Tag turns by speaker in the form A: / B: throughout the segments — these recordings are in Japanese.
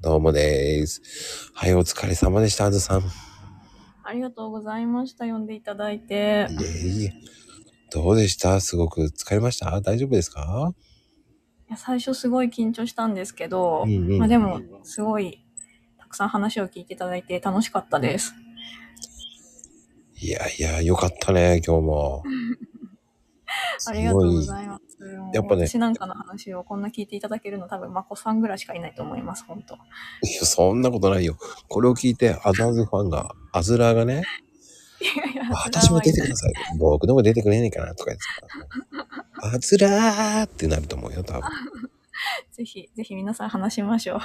A: どうもです。はい、お疲れ様でした、あずさん。い
B: ありがとうございました。呼んでいただいて。
A: えいえ。どうでしたすごく疲れました大丈夫ですか
B: いや最初すごい緊張したんですけど、
A: うんうん
B: まあ、でも、すごい、たくさん話を聞いていただいて楽しかったです。
A: いやいや、よかったね、今日も。
B: ありがとうご
A: す
B: ざいます。
A: やっぱね
B: 私なんかの話をこんな聞いていただけるの多分、まこさんぐらいしかいないと思います、本当。
A: ごいいやそんなことないよ。これを聞いて、アザーズファンが、アズラーがね、
B: いやいや、
A: 私も出て
B: 辛
A: く
B: い
A: ださい。僕でも出てくれねえかなとか言ってた。アズラーってなると思うよ、多分。
B: ぜひ、ぜひ皆さん話しましょう。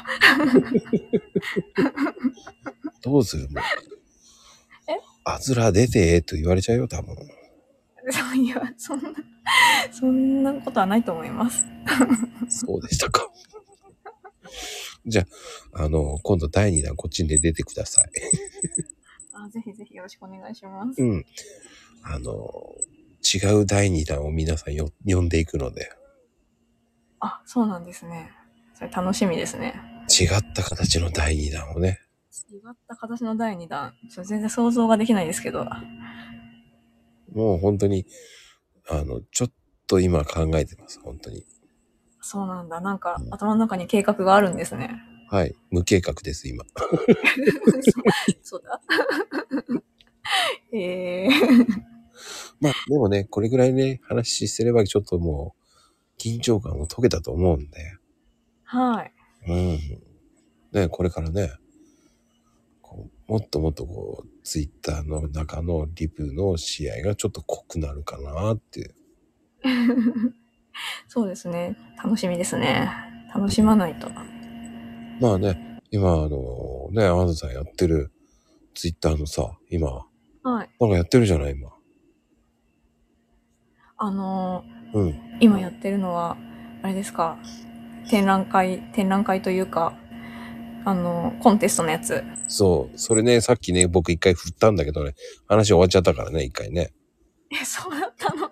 A: どうするもう
B: え
A: アズラー出てと言われちゃうよ、多分。
B: そういや、そんな、そんなことはないと思います。
A: そうでしたか。 じゃあ、あの、今度第2弾こっちに出てください。
B: あぜひぜひよろしくお願いします。
A: うん。あの、違う第2弾を皆さんよ呼んでいくので、
B: あ、そうなんですね。それ楽しみですね。
A: 違った形の第2弾をね、
B: 違った形の第2弾。ちょっと全然想像ができないですけど。
A: もう本当に、あの、ちょっと今考えてます、本当に。
B: そうなんだ。なんか、頭の中に計画があるんですね。
A: はい。無計画です、今。
B: そうだ。 えー、
A: まあ、でもね、これぐらいね、話すればちょっともう、緊張感も解けたと思うんで、
B: はい。
A: うん。ね、これからね、こうもっともっとこう、ツイッターの中のリプの試合がちょっと濃くなるかなっていう。
B: そうですね。楽しみですね。楽しまないと。
A: まあね、今あの、ね、アンドさんやってるツイッターのさ、今、
B: はい。
A: なんかやってるじゃない、今。
B: あの
A: うん。
B: ー今やってるのは、あれですか。展覧会、展覧会というか、あのーコンテストのやつ。
A: そう。それね、さっきね、僕一回振ったんだけどね、話終わっちゃったからね、一回ね。
B: え、そうだったの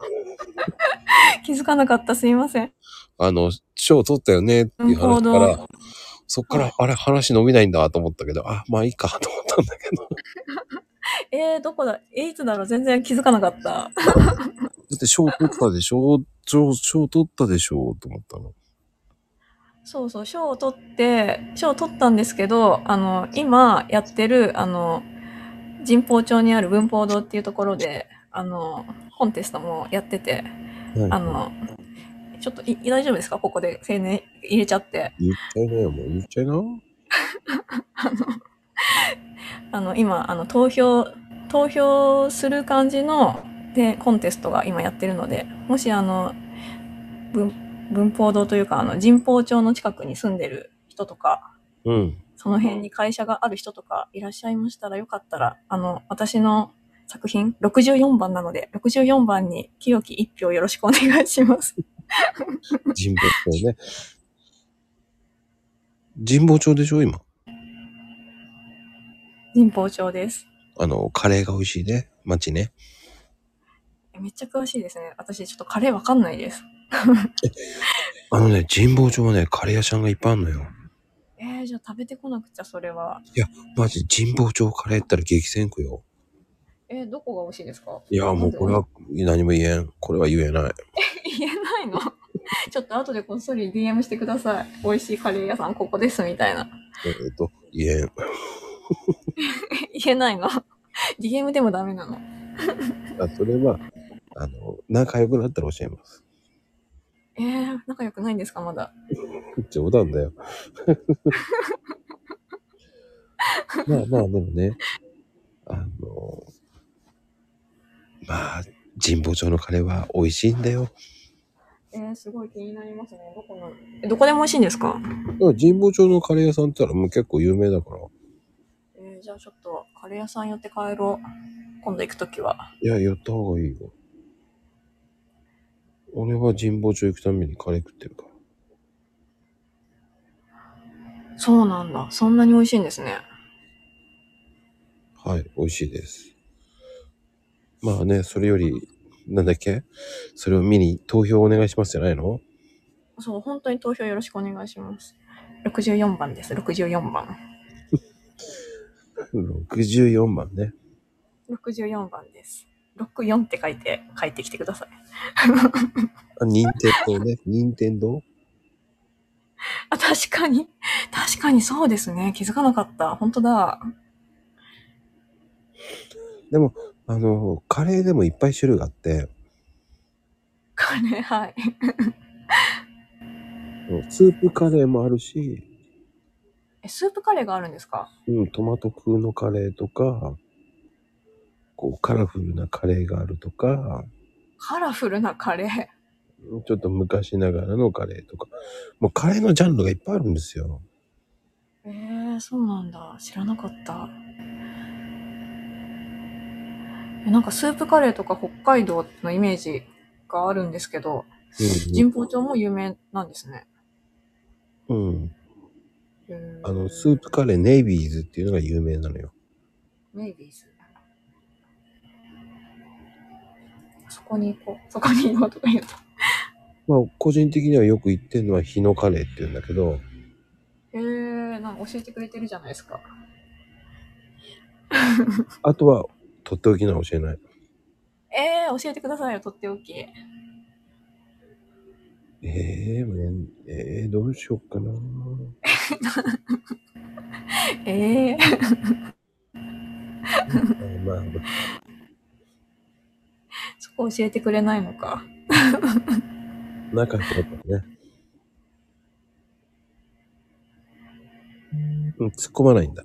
B: 気づかなかった。すいません。
A: あの、賞取ったよねっていう話か
B: なる
A: ら、そっから、あれ話伸びないんだと思ったけど、あ、まあいいかと思ったんだけど。
B: えー、どこだえーいつだろう全然気づかなかった。
A: だって賞取ったでしょ賞、賞取ったでしょと思ったの。
B: そうそう、賞を取って、賞を取ったんですけど、あの、今やってる、あの、神保町にある文法堂っていうところで、あの、コンテストもやってて、あの、ちょっとい、大丈夫ですかここで青年入れちゃって。
A: 言っちゃいなよ、もう言っちゃいな。う
B: あの、今、あの、投票、投票する感じの、で、コンテストが今やってるので、もしあの、文、文法堂というか、あの、神保町の近くに住んでる人とか、
A: ん。
B: その辺に会社がある人とかいらっしゃいましたら、よかったら、あの、私の作品、64番なので、64番に清き一票よろしくお願いし ます。
A: 神保町ね。神保町でしょ今。
B: 人保町です。
A: あの、カレーが美味しいね。町ね。
B: めっちゃ詳しいですね。私、ちょっとカレーわかんないです。
A: あのね、神保町はね、カレー屋さんがいっぱいあるのよ。
B: えー、じゃあ食べてこなくちゃ、それは。
A: マジ、神保町カレーったら激戦区よ。
B: えー、どこが美味しいですか
A: いや、もうこれ。は何も言えん。これは言えない。
B: 言えないの ちょっと後でこっそり DM してください。美味しいカレー屋さん、ここです、みたいな。
A: えっと、言えん。
B: 言えないの ?DM でもダメなの。
A: あそれは、あの、仲良くなったら教えます。
B: えー、仲良くないんですか、まだ。
A: 冗談 だよ。まあまあ、でもね、あの、まあ、神保町のカレーは美味しいんだよ。
B: えー、すごい気になりますね。どこのえどこでも美味しいんですか
A: だから神保町のカレー屋さんって言ったらもう結構有名だから。
B: えー、じゃあちょっとカレー屋さん寄って帰ろう。今度行くときは。
A: いや、寄った方がいいよ。俺は神保町行くためにカレー食ってるから。
B: そうなんだ。そんなに美味しいんですね。
A: はい、美味しいです。まあね、それより、なんだっけそれを見に投票お願いしますじゃないの
B: そう、本当に投票よろしくお願いします。 64番です、64番。
A: 64番ね。
B: 64番です。64って書いて、書いてきてください。
A: あ、任天堂ね。 任天堂
B: あ、確かに。確かにそうですね。気づかなかった。本当だ。
A: あの、カレーでもいっぱい種類があって、
B: これ、はい。
A: うんスープカレーもあるし、
B: え、スープカレーがあるんですか
A: うん、トマト風のカレーとか、こう、カラフルなカレーがあるとか、
B: カラフルなカレー。
A: うんちょっと昔ながらのカレーとか、もうカレーのジャンルがいっぱいあるんですよ。
B: えー、そうなんだ。知らなかった。えなんかスープカレーとか北海道のイメージがあるんですけど、
A: うん
B: 神保町も有名なんですね。
A: うん、うん。
B: へー
A: あの、スープカレーネイビーズっていうのが有名なのよ。
B: ネイビーズ。そこに行こう。そこに行こうとか言うと。
A: まあ、個人的にはよく行ってるのは日野カレーっていうんだけど、
B: へえー、なんか教えてくれてるじゃないですか。
A: あとは、とっておきなの教えない。
B: えー、教えてくださいよ、とっておき。
A: ええー、ええどうしようかな。
B: えー、
A: まあ、まあ、
B: そこ教えてくれないのか。
A: なかったからね。うん、突っ込まないんだ。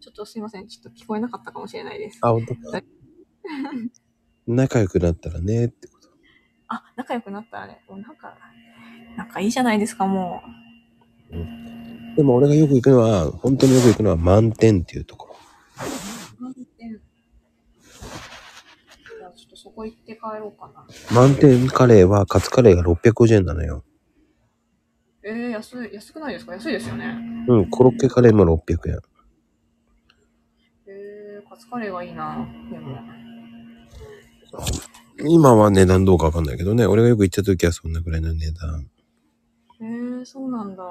B: ちょっとすいません。ちょっと聞こえなかったかもしれないです。
A: あ、本当。仲良くなったらねってこと。
B: あ、仲良くなったあれ。もうなんか、仲いいじゃないですか、も
A: でも俺がよく行くのは、本当によく行くのは満点っていうところ。
B: う。満点。じゃあちょっとそこ行って帰ろうかな。
A: 満点カレーはカツカレーが650円なのよ。
B: えー、安い、安くないですか安いですよね。
A: うん、コロッケカレーも600円。
B: えー、カツカレーはいいな。でも。
A: 今は値段どうかわかんないけどね、俺がよく行った時はそんなぐらいの値段。
B: えー、そうなんだ。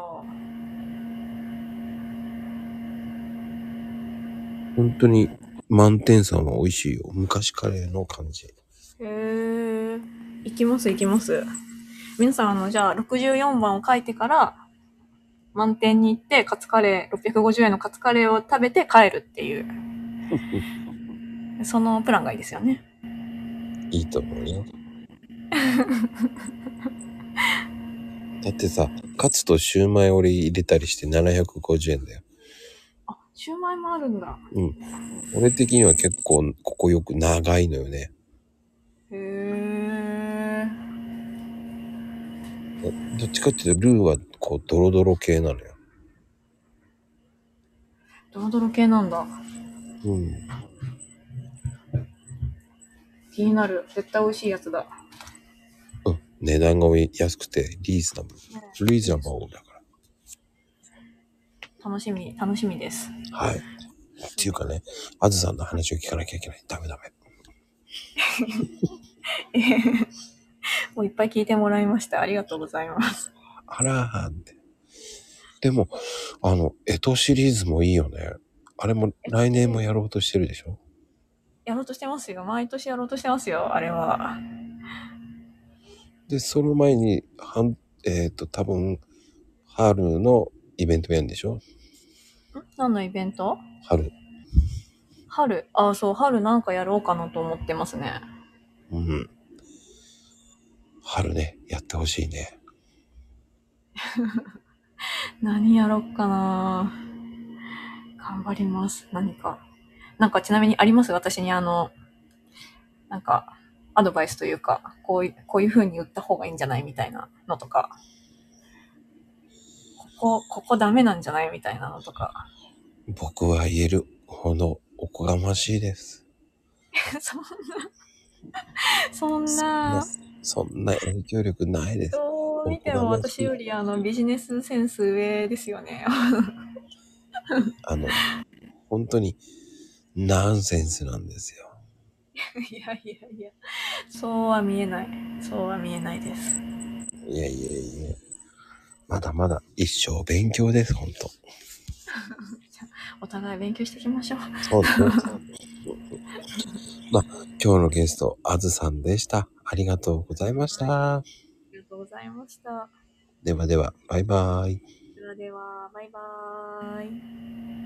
A: 本当に満点さんは美味しいよ。昔カレーの感じ。
B: えー、行きます、行きます。皆さん、あの、じゃあ、64番を書いてから、満点に行って、カツカレー、650円のカツカレーを食べて帰るっていう、そのプランがいいですよね。
A: いいと思う よ。だってさ、カツとシューマイ俺入れたりして750円だよ。
B: あ、シューマイもあるんだ。
A: 俺的には結構ここよく長いのよね。
B: へえ。
A: どっちかっていうとルーはこうドロドロ系なのよ。
B: ドロドロ系なんだ。
A: うん。
B: 気になる。絶対美味しいやつだ。
A: うん。値段が安くてリーズナブル。リーズナブルだか
B: 楽しみ、楽しみです。
A: ら。はい。っていうかね、あずさんの話を聞かなきゃいけない。ダメダメ。
B: もういっぱい聞いてもらいました。ありがとうございます。
A: あらーって。でも、あの、エトシリーズもいいよね。あれも来年もやろうとしてるでしょ
B: やろうとしてますよ。毎年やろうとしてますよ。あれは。
A: で、その前に、はんえっ、と、多分、春のイベントもやるんでしょ
B: ん何のイベント
A: 春。
B: 春。ああ、そう、春なんかやろうかなと思ってますね。
A: うん。春ね、やってほしいね。
B: 何やろっかな頑張ります。何か。なんかちなみにあります私にあの、なんか、アドバイスというか、こういう、こういう風に言った方がいいんじゃないみたいなのとか。ここ、ここダメなんじゃないみたいなのとか。
A: 僕は言えるほどおこがましいです。
B: そんな、そんな、
A: そんな影響力ないです。
B: どう見ても私よりあのビジネスセンス上ですよね。
A: あの、本当に、ナンセンスなんですよ。
B: いやいやいや、そうは見えない。そうは見えないです。
A: いやいやいや。まだまだ一生勉強です、本当
B: お互い勉強していきましょう。
A: そうですね。まあ、今日のゲスト、あずさんでした。ありがとうございました。
B: ありがとうございました。
A: ではでは、バイバイ。
B: ではでは、バイバーイ。